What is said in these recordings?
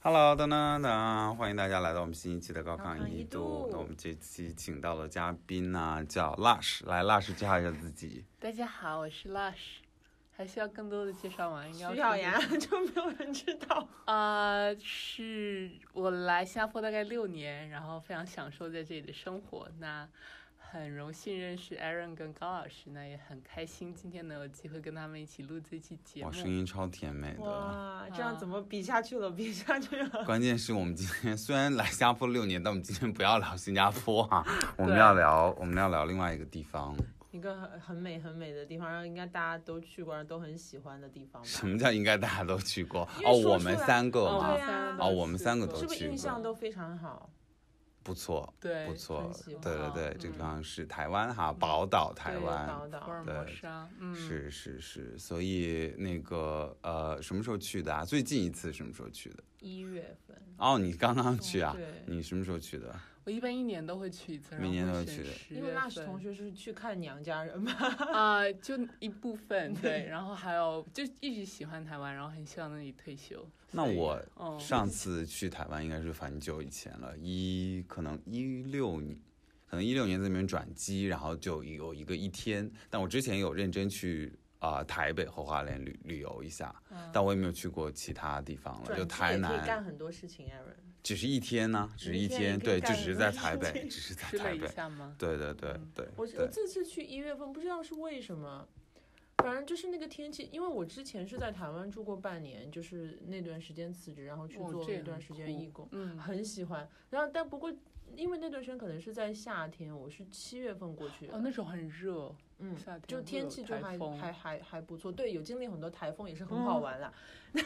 Hello，当当当，欢迎大家来到我们新一期的高高亢亢一度。度那我们这期请到的嘉宾呢、叫 Lush，来 Lush 介绍一下自己。大家好，我哦是 Lush，还需要更多的介绍吗？应该要徐小说牙 就没有人知 道。啊、是我来新加坡大概六年，然后非常享受在这里的生活。那很荣幸认识 Aaron 跟高老师，那也很开心今天能有机会跟他们一起录这期节哇，目。声音超甜美的。哇，这样怎么比下去了？比下去了。 关键是我们今天虽然来新加坡六年，但我们今天不要聊新加坡 哈、我们对要聊我们要聊另外一个地方。一个很很美很美的地方，然后应该大家都去过，然后都很喜欢的地方吧？什么叫应该大家都去过？因为哦，说出我们来三个哦嘛，对啊哦我们三个去都是不去是过印象都非常好？不错，对不错很喜，欢对对对，这个地嗯方是台湾哈，宝岛台对湾。宝福尔岛。摩对沙，嗯，是是是，所以那个呃，什么时候去的啊？最近一次什么时候去的？一月份，哦，你刚刚去啊？对你什么时候去的？我一般一年都会去一次，然每年后都会会去选的十因为月那时份同学是去看娘家人嘛，啊、就一部分对，然后还有就一直喜欢台湾，然后很希望那里退休。那所以我哦上次去台湾应该是很久以前了，一可能一六年，可能一六年在那边转机，然后就有一个一天。但我之前有认真去啊、台北和花莲旅旅游一下，但我也没有去过其他地 方了，嗯转哦就机台也可以干南很多事情，Aaron。只是一天呢、只是一一天也天，可对，以干就只是很在多台事北，情只是在吃了台一北。下吗？对对对对，嗯我我对这次去一月份，不知道是为什么，反正就是那个天气，因为我之前是在台湾住过半年，就是那段时间辞职，然后去哦做这那很段时间酷义工，嗯，很喜欢。然后但不过因为那段时间可能是在夏天，我是七月份过去的，哦，那时候很热，嗯，夏天就会天有气就台还风哦还还还不错，对，有经历很多台风也是很好玩啦。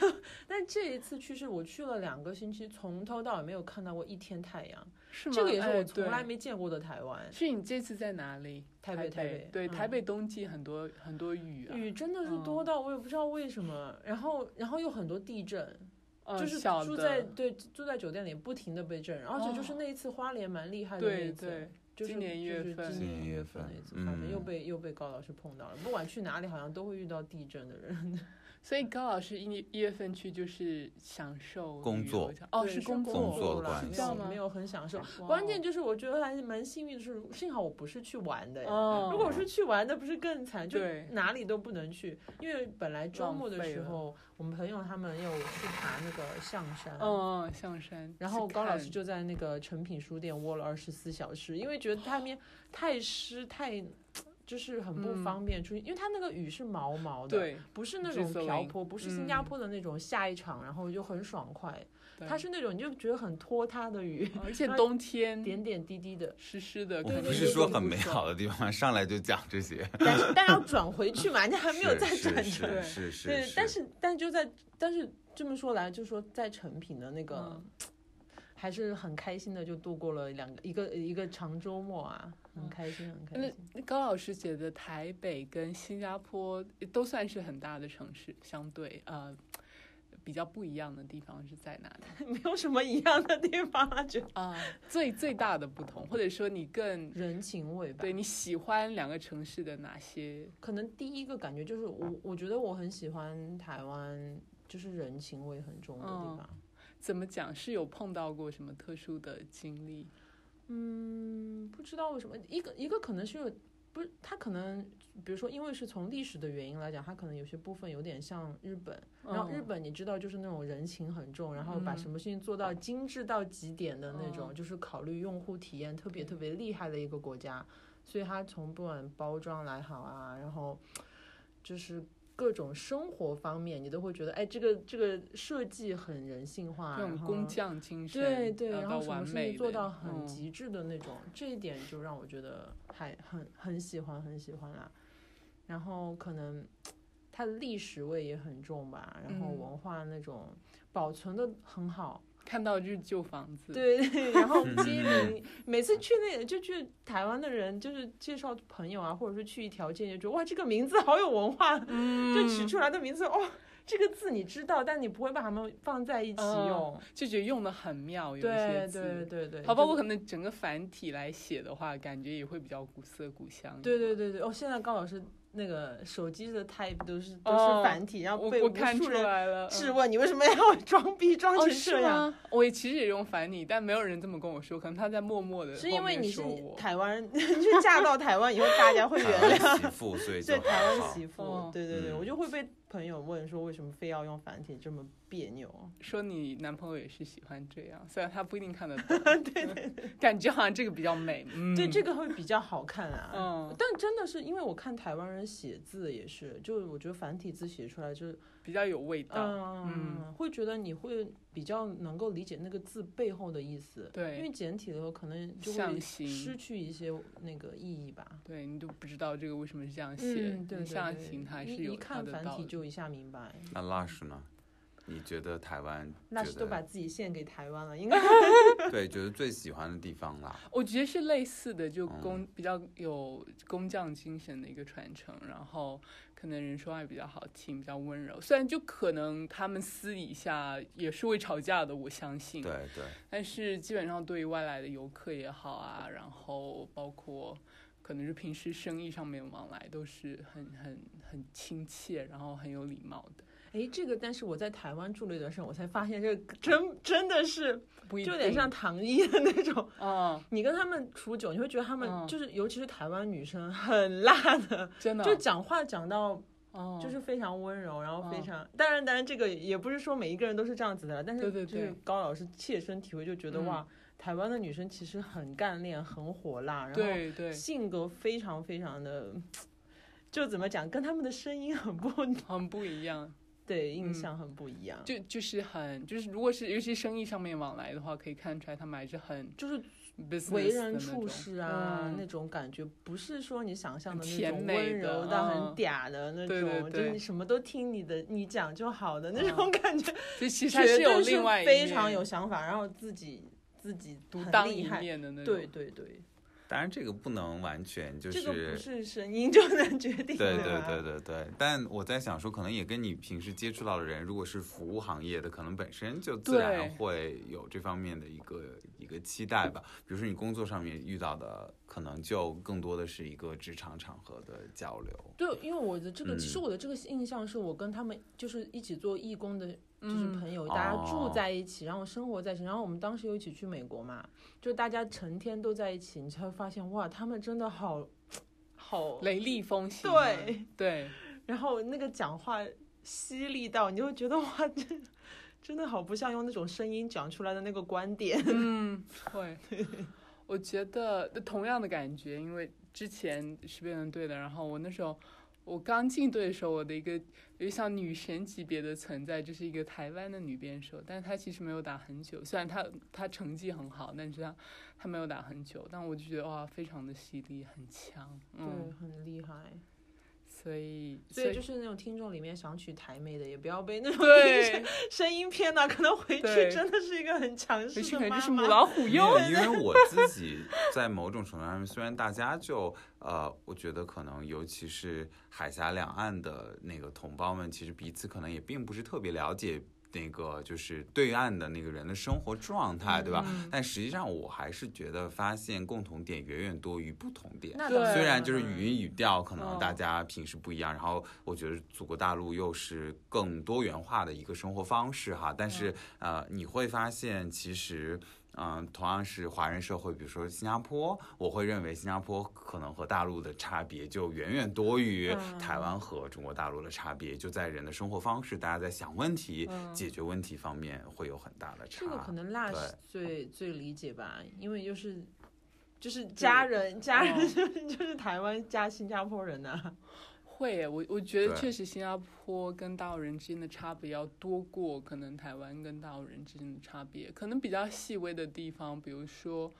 但这一次去是我去了两个星期，从头到尾没有看到过一天太阳，是吗？这个也是哎我从来。对没见过的台湾。是你这次在哪里？台北，北台台北对，嗯台北冬季很多很多雨啊，雨真的是多到我也不知道为什么，然后然后有很多地震，嗯就是小住的哦在对住在酒店里不停的被震，而且就是那一次花莲蛮厉害的那对一次，对，就是今年一月份就是今年一月份那一次，反正又嗯被又被高老师碰到了，不管去哪里好像都会遇到地震的人， 所以高老师一一月份去就是享受工旅游作这样哦，对是工作工作啦关，没系有吗没有很享受，哇关哦键就是我觉得还是蛮幸运的是，幸好我不是去玩的呀。哦，如果是去玩的，不是更惨？就对哪里都不能去，因为本来周浪末的费时了候，我们朋友他们有去爬那个象山，嗯嗯象山，然后去高老看师就在那个诚品书店窝了二十四小时，因为觉得外面太湿太，就是很不嗯方便出去，因为它那个雨是毛毛的，对，不是那之种所瓢以泼，不是新加嗯坡的那种下一场，然后就很爽快，对哦它是那种你就觉得很拖沓的雨，而且它冬天点点滴滴的，湿湿的，我感们觉不就是说更很不美爽好的地方，上来就讲这些，但是但要转回去嘛，你还没有是再转是成，对是是是，对，但是但就在但是这么说来，就说在成品的那个。嗯还是很开心的，就度过了两个一个一个长周末啊，很开心，很开那心。那高老师觉得台北跟新加坡都算是很大的城市，相对呃比较不一样的地方是在哪 里没有什么一样的地方啊，觉得啊、最最大的不同，或者说你更人情味吧对。你喜欢两个城市的哪些？可能第一个感觉就是我，我觉得我很喜欢台湾，就是人情味很重的地方。怎么讲是有碰到过什么特殊的经历？嗯，不知道为什么，一个一个可能是有。不是，它可能，比如说，因为是从历史的原因来讲，它可能有些部分有点像日本，然后日嗯本你知道就是那种人情很重，然后把嗯什么事情做到精致到极点的那种，嗯就是考虑用户体验特别特别厉害的一个国家，所以它从不管包装来好啊，然后就是各种生活方面，你都会觉得哎，这个这个设计很人性化，这种然后工匠精神，对对，然然后后什呃完么事美情做的到很嗯极致的那种，这一点就让我觉得还很很喜欢，很喜欢啦。然后可能它的历史味也很重吧，然后嗯文化那种保存的很 好，看到就是旧房子，对对。然嗯后街民每次去那就去台湾的人，就是介绍朋友啊，或者是去一条街，就觉得哇，这个名字好有文化， 就取嗯出来的名字哦。这个字你知道，但你不会把它们放在一起嗯用。就觉得用的很妙，有一对些对字。对对，好，包就括可能整个繁体来写的话，感觉也会比较古色古香。嗯对对对对，哦，现在高老师那个手机的 type 都是都哦是繁体，然后我被我无看数出人来了，质问你为什么要 装逼装哦成是这样。吗？我也其实也用繁体，但没有人这么跟我说，可能他在默默的是因为你是我。台湾 人，你是嫁到台湾以后，大家会原台谅。湾媳妇，所以就 对台还湾好媳妇哦，对对对，嗯我就会被朋友问说，为什么非要用繁体这么别扭？说你男朋友也是喜欢这样，虽然他不一定看得 懂，对对感觉好像这个比较美，嗯，对，这个会比较好看啊。嗯但真的是因为我看台湾人写字也是，就是我觉得繁体字写出来就是，比较有味道，嗯，会觉得你会比较能够理解那个字背后的意思。对因为简体的话可能就象会形失去一些那个意义吧。对你都不知道这个为什么是这样写，嗯，对对你象对形它还一是有一它看的繁道体理。就一下明白。那 Lush 呢？你觉得台湾那觉是都得把自己献给台湾了，应该 对觉得最喜欢的地方啦？我觉得是类似的，就嗯工、比较有工匠精神的一个传承，然后可能人说话也比较好听，比较温柔。虽然就可能他们私底下也是会吵架的，我相嗯信。对对，但是基本上对于外来的游客也好啊，然后包括可能是平时生意上面往来都是很很很亲切，然后很有礼貌的，哎，这个，但是我在台湾住了一段时间，我才发现这个真真的是不一就定有点像唐一的那种。啊、你跟他们处久，你会觉得他嗯嗯们就是，尤其是台湾女生很辣的，真的就讲话讲到哦，就是非常温柔，然后非嗯常……当然，当然这个也不是说每一个人都是这样子的啦，但对是对就是对高老师切身体会，就觉得嗯哇，台湾的女生其实很干练，很火辣，然后对对，性格非常非常的，就怎么讲，跟他们的声音很不 很不一样。对，嗯印象很不一样。就就是很就是，如果是尤其生意上面往来的话，可以看出来他们还是很就是 business 为人的那处种事啊，嗯那种感觉不是说你想象的很那甜种美温柔的的、嗯很嗲的那种，对对就是对你什么都听你的，你讲就好的那嗯种感觉，就其实还绝有对另外一非面常有想法，然后自己自己独很当厉一害。面的那种。对对对，当然这个不能完全就这是个不是声音就能决定对的啊对吧对对对，但我在想说，可能也跟你平时接触到的人，如果是服务行业的，可能本身就自然对会有这方面的一个一个期待吧。比如说你工作上面遇到的，可能就更多的是一个职场场合的交流。对，因为我的这个，嗯其实我的这个印象是我跟他们就是一起做义工的，就是嗯朋友，大家哦住在一起，然后生活在一起，然后我们当时又一起去美国嘛，就大家成天都在一起，你才会发现哇，他们真的好， 好，雷厉风行嘛。对，对，然后那个讲话犀利到你就会觉得哇，这真的好不像用那种声音讲出来的那个观点， 嗯，会。我觉得同样的感觉，因为之前是辩论队的，然后我那时候我刚进队的时候，我的一个有像女神级别的存在，就是一个台湾的女辩手，但是她其实没有打很久，虽然她她成绩很好，但是她她没有打很久，但我就觉得哇，非常的犀利，很强，对，嗯，很厉害。所以所以就是那种听众里面想娶台妹的，也不要被那种，对 声音偏了，可能回去对真的是一个很强 势回去的可能妈就是母妈。老虎没幼，有，因为我自己在某种程度上面，虽然大家就呃，我觉得可能尤其是海峡两岸的那个同胞们，其实彼此可能也并不是特别了解。那个就是对岸的那个人的生活状态，对吧？嗯但实际上，我还是觉得发现共同点远远多于不同点。那嗯对当虽然就是了语音语调可能嗯大家平时不一样，然后我觉得祖国大陆又是更多元化的一个生活方式哈，但是嗯呃，你会发现其实。嗯，同样是华人社会，比如说新加坡，我会认为新加坡可能和大陆的差别就远远多于嗯台湾和中国大陆的差别，就在人的生活方式，大家在想问题、解决问题方面会有很大的差。嗯这个可能辣对是最最理解吧，因为就是就是家人家人嗯就是、 就是台湾加新加坡人呐、会耶，我我觉得对确实新加坡跟大陆人之间的差别要多过可能台湾跟大陆人之间的差别，可能比较细微的地方，比如说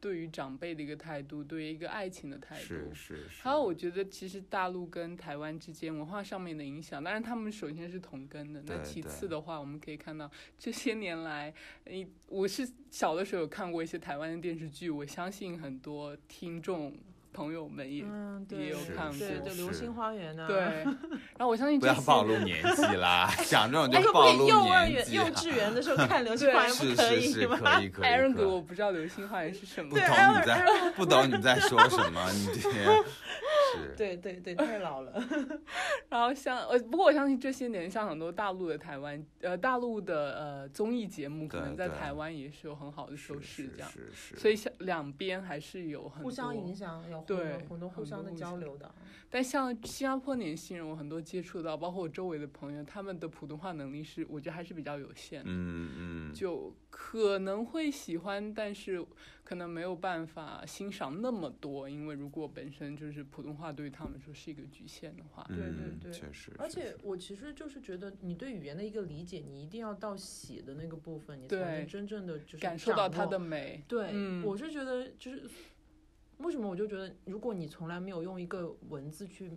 对于长辈的一个态度，对于一个爱情的态度是。是是。还有，我觉得其实大陆跟台湾之间文化上面的影响，当然他们首先是同根的。那对其对次的话，我们可以看到这些年来，你我是小的时候有看过一些台湾的电视剧，我相信很多听众朋友们 也嗯，也对，有是看过，对，就《流星花园》呐， 对，然后我相信不这要些暴露年纪啦，讲这种哎，就又不暴是露幼儿年园、纪幼啊。稚 园的时候看《 流星花园》是不可是是，以吗？可以可以。 Aaron 可哥，以我不知道流星花园是什不么懂对。你在不懂你在说什么， 你这是 对对对，太老了。然后像呃，不过我相信这些年像很多大陆的台湾呃大陆的呃综艺节目，可对能在对台湾也是有很好的收视是这样，是是，所以像两边还是有很多 互相影响，有很对多很多互很相多的互交相流的。啊但像新加坡年轻人，我很多接触到，包括我周围的朋友，他们的普通话能力是我觉得还是比较有限的，嗯嗯，就可能会喜欢，但是可能没有办法欣赏那么多，因为如果本身就是普通话对于他们来说是一个局限的话，对嗯对对确实，而确且实我其实就是觉得，你对语言的一个理解，你一定要到写的那个部分，你才对能真正的就是感受掌到它握的美。对，嗯我是觉得就是为什么我就觉得，如果你从来没有用一个文字去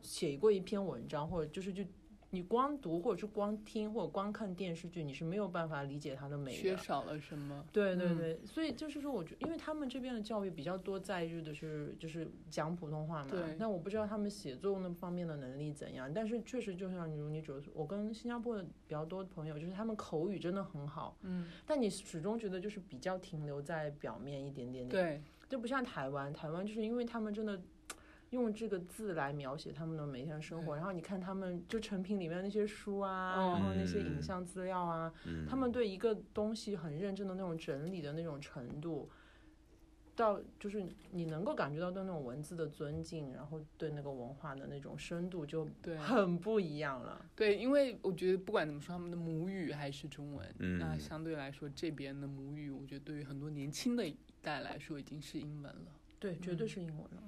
写过一篇文章，或者就是就你光读或者是光听或者光看电视剧，你是没有办法理解它的美缺的。少了什么？对对嗯对，所以就是说，我觉因为他们这边的教育比较多在于的是就是讲普通话嘛对，但我不知道他们写作那方面的能力怎样，但是确实就像如你所说，我跟新加坡的比较多的朋友，就是他们口语真的很好，嗯，但你始终觉得就是比较停留在表面一点点点，对，就不像台湾，台湾就是因为他们真的。用这个字来描写他们的每天生活，然后你看他们就成品里面那些书啊，嗯然后那些嗯影像资料啊，嗯他们对一个东西很认真的那种整理的那种程度，到就是你能够感觉到对那种文字的尊敬，然后对那个文化的那种深度就对很不一样了。对，因为我觉得不管怎么说，他们的母语还是中文。嗯呃那相对来说，这边的母语，我觉得对于很多年轻的一代来说，已经是英文了。对，嗯绝对是英文了。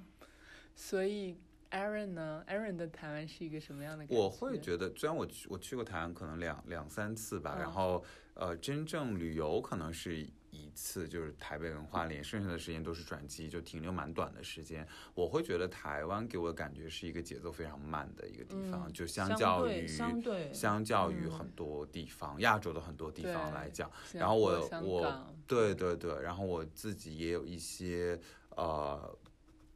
所以 Aaron 呢？Aaron 的台湾是一个什么样的感觉？我会觉得，虽然我去我去过台湾可能两两三次吧，嗯然后呃，真正旅游可能是一次，就是台北跟花莲，剩下的时间都是转机，就停留蛮短的时间。我会觉得台湾给我的感觉是一个节奏非常慢的一个地方，嗯就相较对于相对相较于嗯很多地方，亚洲的很多地方对来讲，新加坡，然后我香我港，对对对，然后我自己也有一些呃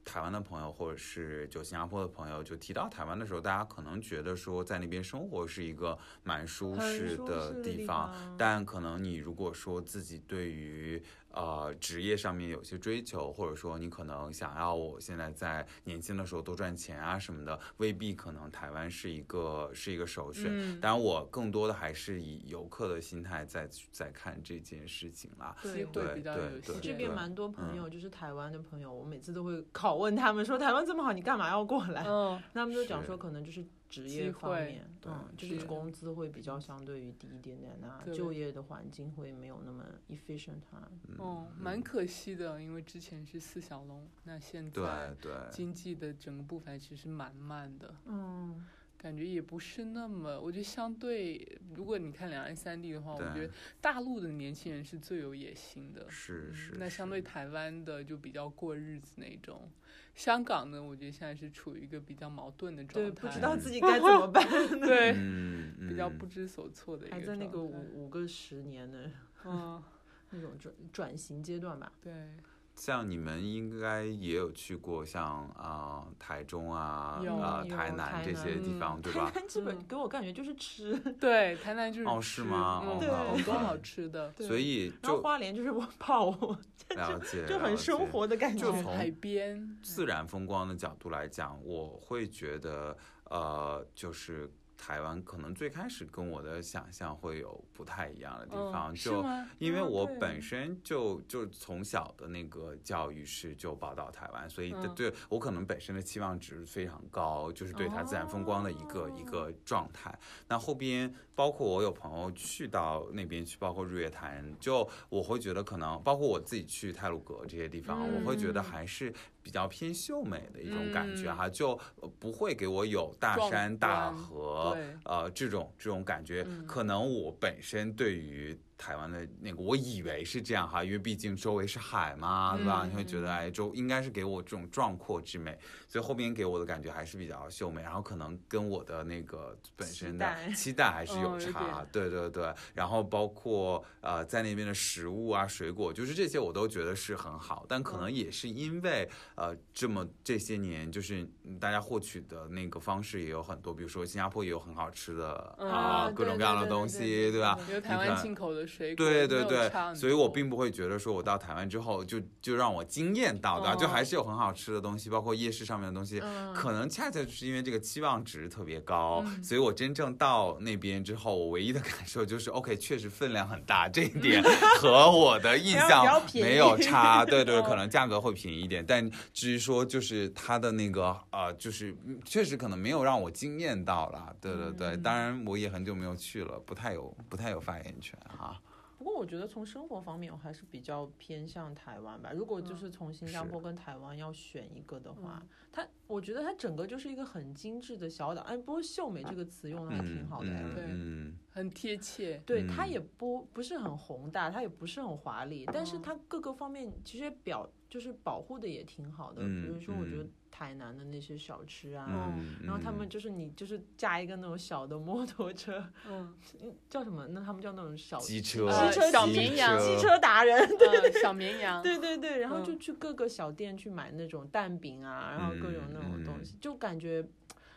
台湾的朋友，或者是就新加坡的朋友，就提到台湾的时候，大家可能觉得说在那边生活是一个蛮舒很适舒的适的地地方方，但可能你如果说自己对于呃职业上面有些追求，或者说你可能想要我现在在年轻的时候多赚钱啊什么的，未必可能台湾是一个是一个首选。嗯，当然，我更多的还是以游客的心态在去在看这件事情啦。机对会对比较对有对限。这边对嗯蛮多朋友，就是台湾的朋友，我每次都会拷问他们说：“台湾这么好，你干嘛要过来？”嗯，那他们就讲是说，可能就是职机业方会面，对嗯，就是是的工资会比较相对于低一点点啊对，就业的环境会没有那么 efficient 啊。嗯哦，蛮可惜的，因为之前是四小龙，那现对在对，经济的整个步伐其实蛮慢的，嗯，感觉也不是那么。我觉得相对，如果你看两岸三地的话，我对觉得大陆的年轻人是最有野心的。是嗯是。那相对是台湾的就比较过日子那种，香港呢，我觉得现在是处于一个比较矛盾的状对，态，不知态道自己该怎么 办，对、嗯 比较嗯不知所措的一个还状态，在那个五五个十年的嗯， 那种转转型阶段吧。 对，像你们应该也有去过像啊、台中啊有啊、有台南台这些南地方， 对台吧？南 基本嗯给我感觉就是吃， 对，台南就是哦是吃吗嗯，哦对很多好好吃的，对所以然后就花莲就是 泡泡，了 解，就很了生解活的 感就 嗯觉。从嗯海边，自然风光的角度来讲，我会觉得，呃，就是台湾可能最开始跟我的想象会有不太一样的地方，嗯，是就吗？因为啊我对本身就就从小的那个教育是就报道台湾，所以对嗯对我可能本身的期望值非常高，就是对它自然风光的一个哦一个状态。那后边包括我有朋友去到那边去，包括日月潭，就我会觉得可能包括我自己去泰鲁阁这些地方，我会觉得嗯还是比较偏秀美的一种感觉嗯哈，就呃不会给我有大壮山大观河，对，呃，这种这种感觉，嗯可能我本身对于台湾的那个，我以为是这样哈，因为毕竟周围是海嘛，对吧？嗯你会觉得哎，周应该是给我这种壮阔之美，所以后边给我的感觉还是比较秀美，然后可能跟我的那个本身的期待期待还是有哦有差，点对对对。然后包括呃，在那边的食物啊、水果，就是这些我都觉得是很好，但可嗯能也是因为呃，这么这些年就是嗯大家获取的那个方式也有很多，比如说新加坡也有很好吃的嗯啊，各种各样的东西，对吧？因为台你湾看进口的水果对对肉对差，很所以我多并不会觉得说我到台湾之后就就让我惊艳到的，哦就还是有很好吃的东西，包括夜市上面的东西。嗯可能恰恰是因为这个期望值特别高，嗯所以我真正到那边之后，我唯一的感受就是，OK，确实分量很大，这一 点和我的印比较象便宜没有差。对对， 哦可能价格会便宜一点，但至于说就是它的那个呃，就是嗯确实可能没有让我惊艳到啦。对对对，嗯当然我也很久没有去了，不太有不太有发言权啊。不过我觉得从生活方面，我还是比较偏向台湾吧。如果就是从新加坡跟台湾要选一个的啊话，嗯它我觉得它整个就是一个很精致的小岛。哎，不过“秀美”这个词用的还挺好的。啊嗯对嗯很贴切。对，嗯它也不不是很宏大，它也不是很华丽，但是它各个方面其实表就是保护的也挺好的。嗯比如说，我觉得嗯台南的那些小吃啊，嗯，然后他们嗯就是你就是驾一个那种小的摩托车， 嗯，嗯叫什么？那他们叫那种小机车、呃机小车绵羊机车达人，呃小绵羊，对对对，然后嗯就去各个小店去买那种蛋饼啊，然后各种那种嗯东西，就感觉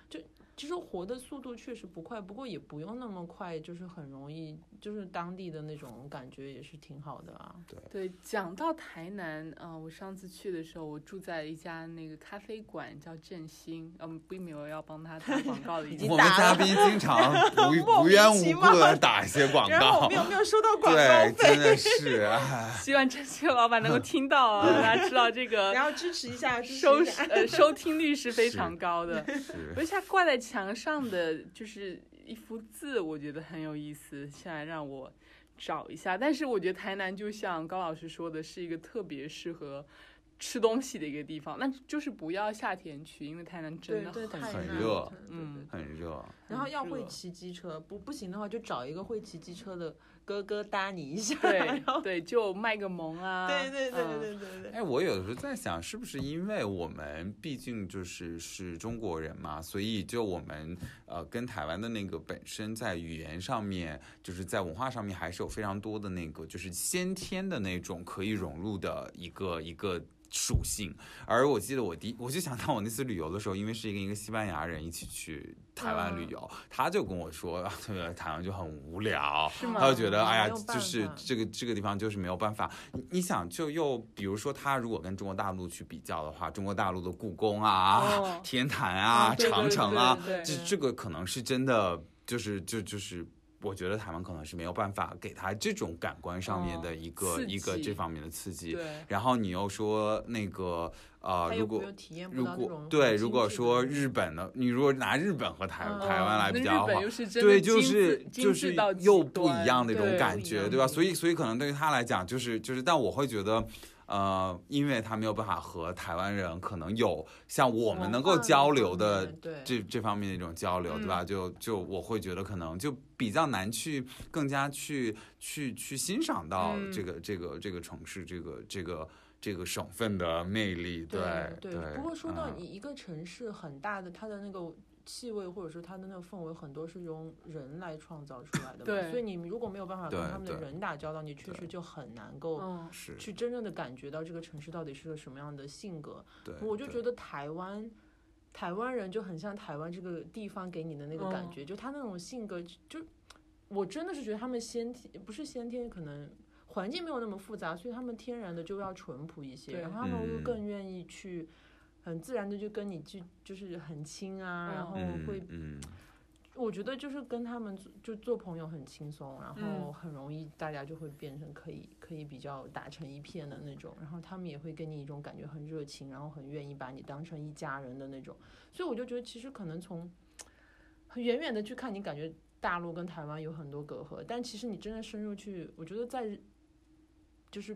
就其实活的速度确实不快，不过也不用那么快，就是很容易，就是当地的那种感觉也是挺好的啊。对，讲到台南，呃，我上次去的时候，我住在一家那个咖啡馆，叫振兴，嗯、并没有要帮他打广 告的意已经我思。们打嘉了宾经常 无莫无名缘其无故的妙打一些广然后我告们，有没有收到广告对，费？真的是，哎希望振兴老板能够听到 啊，大家知道 这个呃然后支持一下，支持收一下。呃收听率是非是常高的。是而且它挂在墙上的就是一幅字，我觉得很有意思。现在让我找一下，但是我觉得台南就像高老师说的，是一个特别适合吃东西的一个地方。那就是不要夏天去，因为台南真对的对，很太很难热了真的对嗯对对很热。然后要会热骑机车，不不行的话就找一个会骑机车的哥哥搭你一下。 然后对对，就卖个萌 啊，对对对嗯对对对。哎，我有的时候在想，是不是因为我们毕竟就是是中国人嘛，所以就我们呃跟台湾的那个本身在语言上面，就是在文化上面还是有非常多的那个就是先天的那种可以融入的一个一个。属性，而我记得我第我就想到我那次旅游的时候，因为是一个一个西班牙人一起去台湾旅游，他就跟我说， 台湾就很无聊，是吗？他就觉得，哎呀，啊嗯没有办就是法这个这个地方就是没有办法。你你想，就又比如说，他如果跟中国大陆去比较的话，中国大陆的故宫啊、哦天坛啊、嗯对对长城啊，对对这对这个可能是真的，就是就就是。我觉得台湾可能是没有办法给他这种感官上面哦的一个、刺一个激这方面的刺激，对，然后你又说那个呃他，又如不果用体验不如到这果种对，很如果精致的嗯说那种日本的，你如果拿日本和台、台湾来比嗯那较日的话本，又是真的对，就精是致就精是致到又极不一端样的一种对感不一觉，样对吧？不一所以，所以可能对于他来讲，就是就是，但我会觉得，呃，因为他没有办法和台湾人可能有像我们文能够化交那流方的面对这这方面的一种交流，对嗯吧？就就我会觉得可能就比较难去更加去去去欣赏到嗯这个、这个这个城市这个这个这个省份的魅力，对对不过说到嗯你一个城市很大的，它的那个气味或者说它的那个氛围，很多是由人来创造出来的嘛。对所以你如果没有办法跟对他们的对人打交道，你确对实就很难够嗯，是去真正的感觉到这个城市到底是个什么样的性格。对，我就对觉得台湾。台湾人就很像台湾这个地方给你的那个感嗯觉，就他那种性格，就我真的是觉得他们先天不是先天，可能环境没有那么复杂，所以他们天然的就要淳朴一些，对然后他们嗯会更愿意去很自然的就跟你去就是很亲啊，嗯然后嗯会嗯我觉得就是跟他们做就做朋友很轻松，然嗯后很容易大家就会变成可以可以比较打成一片的那种，然后他们也会给你一种感觉很热情，然后很愿意把你当成一家人的那种，所以我就觉得其实可能从很远远的去看，你感觉大陆跟台湾有很多隔阂，但其实你真的深入去，我觉得在就是。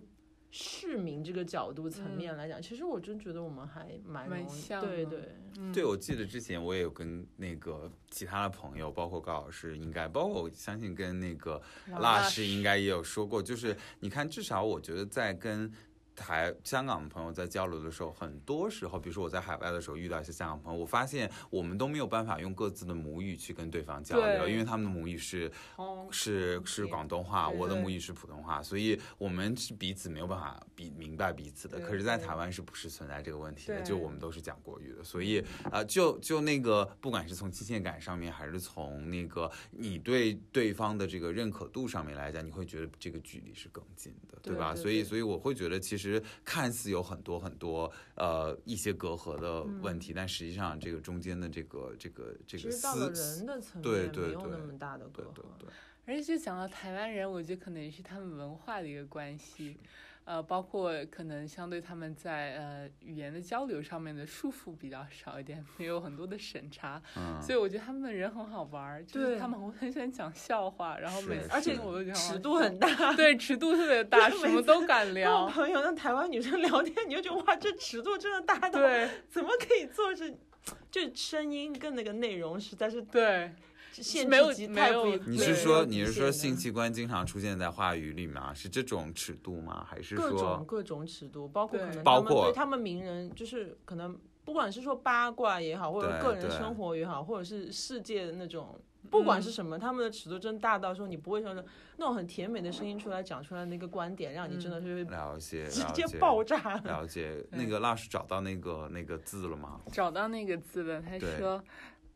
市民这个角度层面来讲，其实我真觉得我们还蛮嗯蛮容易像对的对，嗯对，我记得之前我也有跟那个其他的朋友，包括高老师，应该包括我相信跟那个老辣辣师应该也有说过，就是你看，至少我觉得在跟台香港的朋友在交流的时候，很多时候，比如说我在海外的时候遇到一些香港朋友，我发现我们都没有办法用各自的母语去跟对方交流，对因为他们的母语是哦，是是对广东话，对我的对母语是普通话，所以我们是彼此没有办法比明白彼此的。对可是，在对台湾是不是存在这个问题的？对就我们都是讲国语的，所以啊、呃就就那个，不管是从亲切感上面，还是从那个你对对方的这个认可度上面来讲，你会觉得这个距离是更近的，对吧？对所以，对所以我会觉得，其实看似有很多很多呃一些隔阂的问题，但实际上这个中间的这个这个这其个实到了私。人的层对面对没有对那么大的隔对阂对。对，而且就讲到台湾人，我觉得可能也是他们文化的一个关系，呃，包括可能相对他们在呃语言的交流上面的束缚比较少一点，没有很多的审查，嗯，所以我觉得他们人很好玩儿，就是啊对他们很很喜欢讲笑话，然后是每次而且听我都觉得好尺度很大，对尺度特别大，对什 每么都敢跟我聊，朋友跟台湾女生聊天，你就觉得哇，这尺度真的大到对怎么可以做这？就声音跟那个内容实在是对。限没有制级没太有不一，你是对没有说底你是线说的性器官经常出现在话语里吗？是这种尺度吗？还是各种说各种尺度，包括可对能包他们括对他们名人，就是可能不管是说八卦也好，或者对个人对生活也好，或者是世界的那种，不管嗯是什么，他们的尺度真大到说你不会说是那种很甜美的声音出来讲出来那个观点，让你嗯真的是了解直了接解爆炸了。了解？那个老师找到那个那个字了吗？找到那个字了，他对说。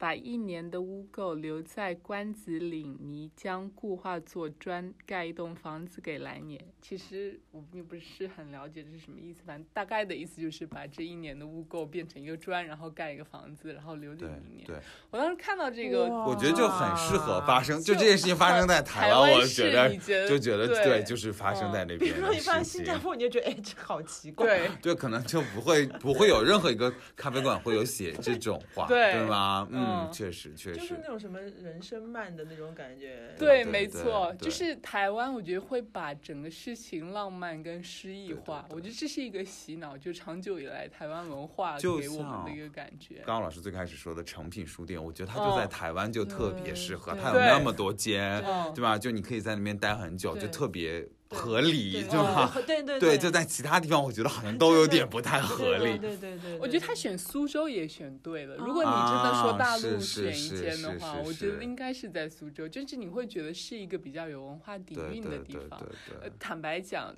把一年的污垢留在关子岭泥浆固化做砖，盖一栋房子给来年。其实我并不是很了解这是什么意思，反正大概的意思就是把这一年的污垢变成一个砖，然后盖一个房子，然后留给对明年。对，我当时看到这个哇我觉得就很适合发生，就啊就这件事情发生 在台湾，我湾觉是得你觉就觉得对对，就是发生在那嗯比边如说的你放在事新加情。坡，你就觉得哎，这好奇怪。对对，可能就不会不会有任何一个咖啡馆会有写这种话，对对吗？嗯，嗯确实确就实是那，种什么人生漫的那种感觉。对对没对错，对就是台湾，我觉得会把整个事情浪漫跟诗意对对化，对我觉得这是一个洗脑，就长久以来台湾文化就给我们的像一个感觉。刚刚老师最开始说的诚品书店，我觉得它就哦在台湾就特别适合，嗯对啊它有对那么多间，嗯，对吧？就你可以在那边待很久，就对特别对合理，对对 吧？哦对对对对，就在其他地方，我觉得好像都有点不太合对理。对对对，我觉得他选苏州也选对了。如果你真的说大啊陆选是一是间的是话，是我觉得是应该是在苏州，就是你会觉得是一个比较有文化底对蕴对的对地对方。呃对，，坦白讲，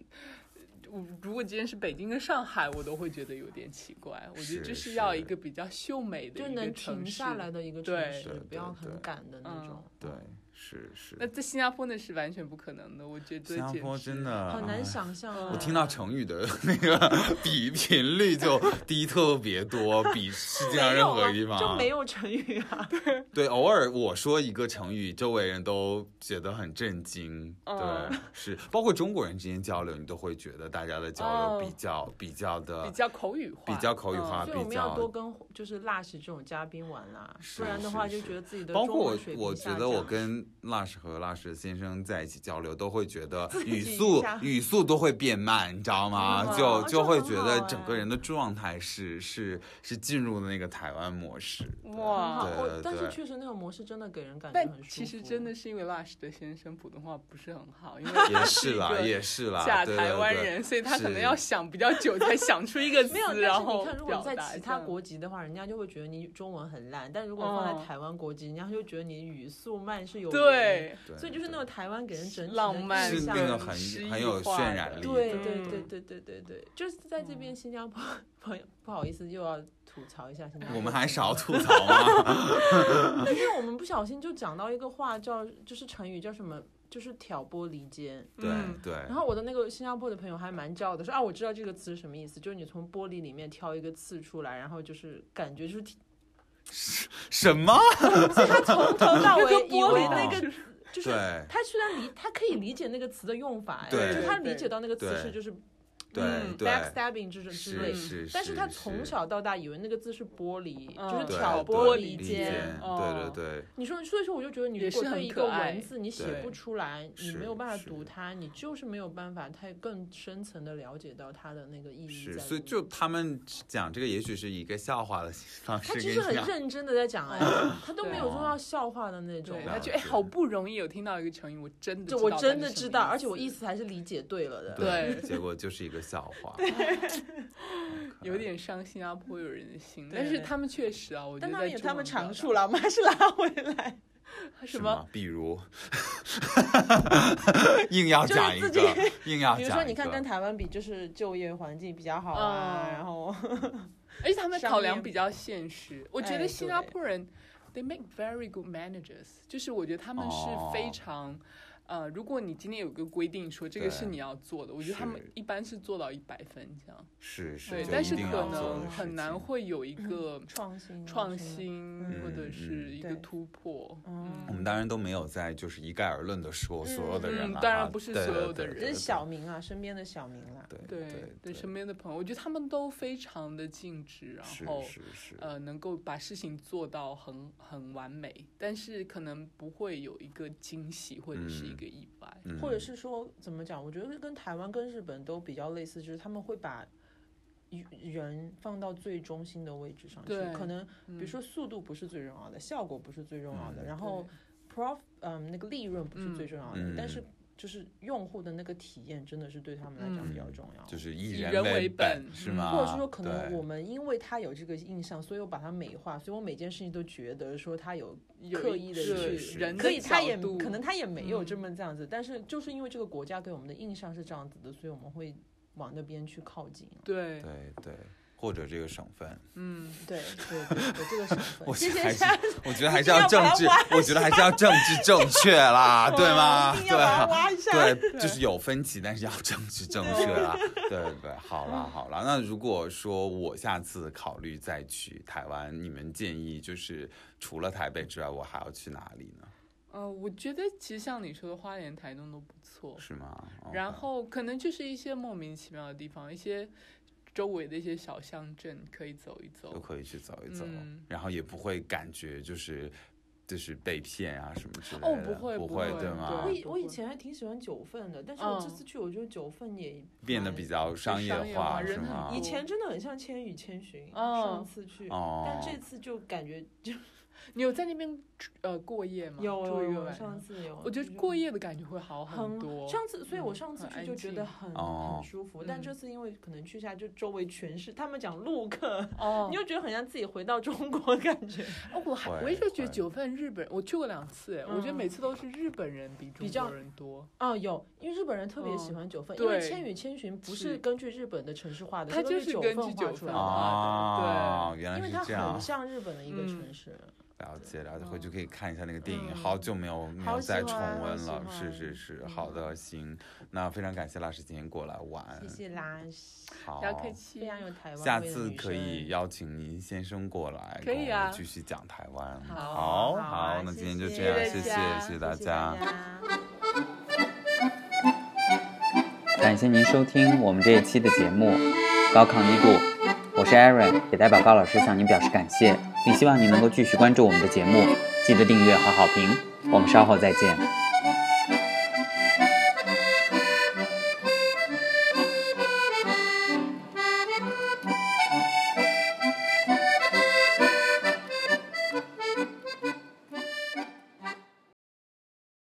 我如果今天是北京跟上海，我都会觉得有点奇怪。我觉得这是是要是一个比较秀美的就一能个停城市下来的一个城对嗯市对，不要对对很赶的那种。对，是是那。在新加坡那是完全不可能的，我觉得新加简坡直真的好哎难想象啊。我听到成语的那个 比频率就低特别多，比世界啊上任何地方就没有成语啊。对，偶尔我说一个成语，周围人都觉得很震惊。对嗯，是包括中国人之间交流，你都会觉得大家的交哦流比较比较的比较口语化，比较口语嗯化所以我们要多跟就是辣食这种嘉宾玩啦，啊是不然的话是就是觉得自己的包中括文我水，平我下觉得我降跟辣氏和辣氏先生在一起交流，都会觉得语己速下语速都会变慢，你知道吗？嗯就啊就这会很觉好得哎整个人的状态是是是进入了那个台湾模式。对很好哇。对我对哦但是对确实那种模式真的给人感觉很但舒服。其实真的是因为 Lush 的先生普通话不是很好，因为也他是 一啦，个也是啦，假对台湾对对人，所以他可能是要想比较久才想出一个词，没有，但然是你后看，如果表你在达其这他样国籍的话，人家就会觉得你中文很烂；但如果放嗯在台湾国籍，人家就觉得你语速慢是有原因对对所以就是那对种台湾给人整体的浪漫印是象那个跟很诗很意有化渲的染力对的对嗯对对对对对，就是在这边新加坡 朋友，不好意思又要吐槽一下新加坡。我们还少，吐 槽吗？ 但是我们不小心就讲到一个话叫，就是成语叫什么，就是挑拨离间。对嗯对，然后我的那个新加坡的朋友还蛮骄傲的，说啊，我知道这个词是什么意思，就是你从玻璃里面挑一个刺出来，然后就是感觉就是 什么？从头到就尾跟以玻为璃 那一个样就是对他虽然理他可以理解那个词的用法，哎对就他理解到那个词对是就是对、嗯对， backstabbing 这种之是类的。是是，但是他从小到大以为那个字是玻璃，嗯就是对对挑拨离离间。哦对对对，你说，所以说我就觉得你也如是果很对一可个爱文字你写对不出来，你是没有办法是读它，你就是没有办法太更深层的了解到它的那个意义在里是，面。所以就他们讲这个，也许是一个笑话的方式他跟其实很讲认真的 在讲哎，他都没有对做到笑话的那种对，。了他觉得哎，解好不容易有听到一个成语，我真的就知我道它真是的什知么道，而且我意意思思还是理解对了的。对，对结果就是一个笑话，有点伤新加坡有人的心，对但是他们确实啊，我觉但得他在们有中他们文长表处了，我们还是拉回来， 达什什么？么？比如硬要讲一就是自己个，硬要比讲一如个，说你看跟台湾比，就是就业环境比较好啊，嗯然后而且他们商考量业比较现实，我觉哎得新加对坡人，they make very good managers，就是我觉得他们是非哦常。呃，如果你今天有个规定说这个是对你要做的，我觉得他们是一般是做到一百分这样，是是，对，就但一是定可要做能的很事难情会有一个创新啊创什么的，新嗯或者是嗯一个对突破。嗯我们当然都没有在就是一概而论的说所有的人嗯了啊，当然不是对所对有的对人只对是小明啊，身边的小明啦。对对对，身边的朋友，我觉得他们都非常的尽职，然是后是是，呃，能够把事情做到很很完美，但是可能不会有一个惊喜或者是一嗯个意外。嗯或者是说怎么讲？我觉得跟台湾、跟日本都比较类似，就是他们会把人放到最中心的位置上去对。可能比嗯如说速度不是最重要的，效果不是最重要的，嗯然后 prof 嗯那个利润不是嗯最重要的，嗯但是就是用户的那个体验真的是对他们来讲比较重要。嗯就是以以人人为本本是嗯吗？或者是说，可能对我们因为他有这个印象，所以我把它美化，所以我每件事情都觉得说他有有刻一意的个是去是人可的以，他角也度可能他也没有这嗯么这样子，但是就是因为这个国家给我们的印象是这样子的，所以我们会往那边去靠近。啊对，对对，或者这个省份，嗯，对对对对，这个省份，我谢谢还是夏我觉得还是定要政把它治挖，我觉得还是 要政治正确啦，啊对吗？一对定要把它啊。挖一下。 对，就是有分歧，但是要政治正确啦。对对对，好啦好啦。那如果说我下次考虑再去台湾，你们建议就是除了台北之外，我还要去哪里呢？呃，我觉得其实像你说的，花莲、台东都不错，是吗？哦然后可能就是一些莫名其妙的地方，一些周围的一些小乡镇可以走一都走。可以去走一走，嗯然后也不会感觉就是就是被骗啊什么之类的。哦不会不不会对吗我对？以我以前还挺喜欢九份的，但是我这次去，我觉得九份也变得蛮比较商业商业化是人吗很？以前真的很像《千与千寻》，嗯上次去，哦，但这次就感觉就你有在那边住呃过夜吗？ 有住有一个有，晚上上。次有，我觉得过夜的感觉会好很嗯多。上次，所以我上次去很就安觉静得很哦很舒服，但嗯这次因为可能去一下就周围全是，他们讲陆客， 哦你，又觉得很像自己回到中国的感觉，哦，我还我会一直觉得会九份日本，我去过两次，哎我觉得嗯每次都是日本人比中比较国人多。 哦，有，因为日本人特别喜嗯欢九份，因为《对千与千寻》不是是根据日本的城市画的，它根就据是九根份啊据画九出来份的哦，原因来为是它这样很。像日本的一个嗯城市。了解了解，嗯回去可以看一下那个电影，嗯好久没有没好有喜再重欢好温喜了。欢是是是，嗯好的，行，那非常感谢老师今天过来玩谢，谢啦，好不，要客气非，常有台哎湾下味的次女可以生邀请您先生过来，可跟我以们啊继续讲台湾。好好，好啊好那谢今天就谢这样，谢谢谢谢大，谢谢谢大谢家。家感谢您收听我们这一期的节目《高亢一度》，我是 Aaron，也代表高老师向您表示感谢，并希望您能够继续关注我们的节目，记得订阅和好评。我们稍后再见。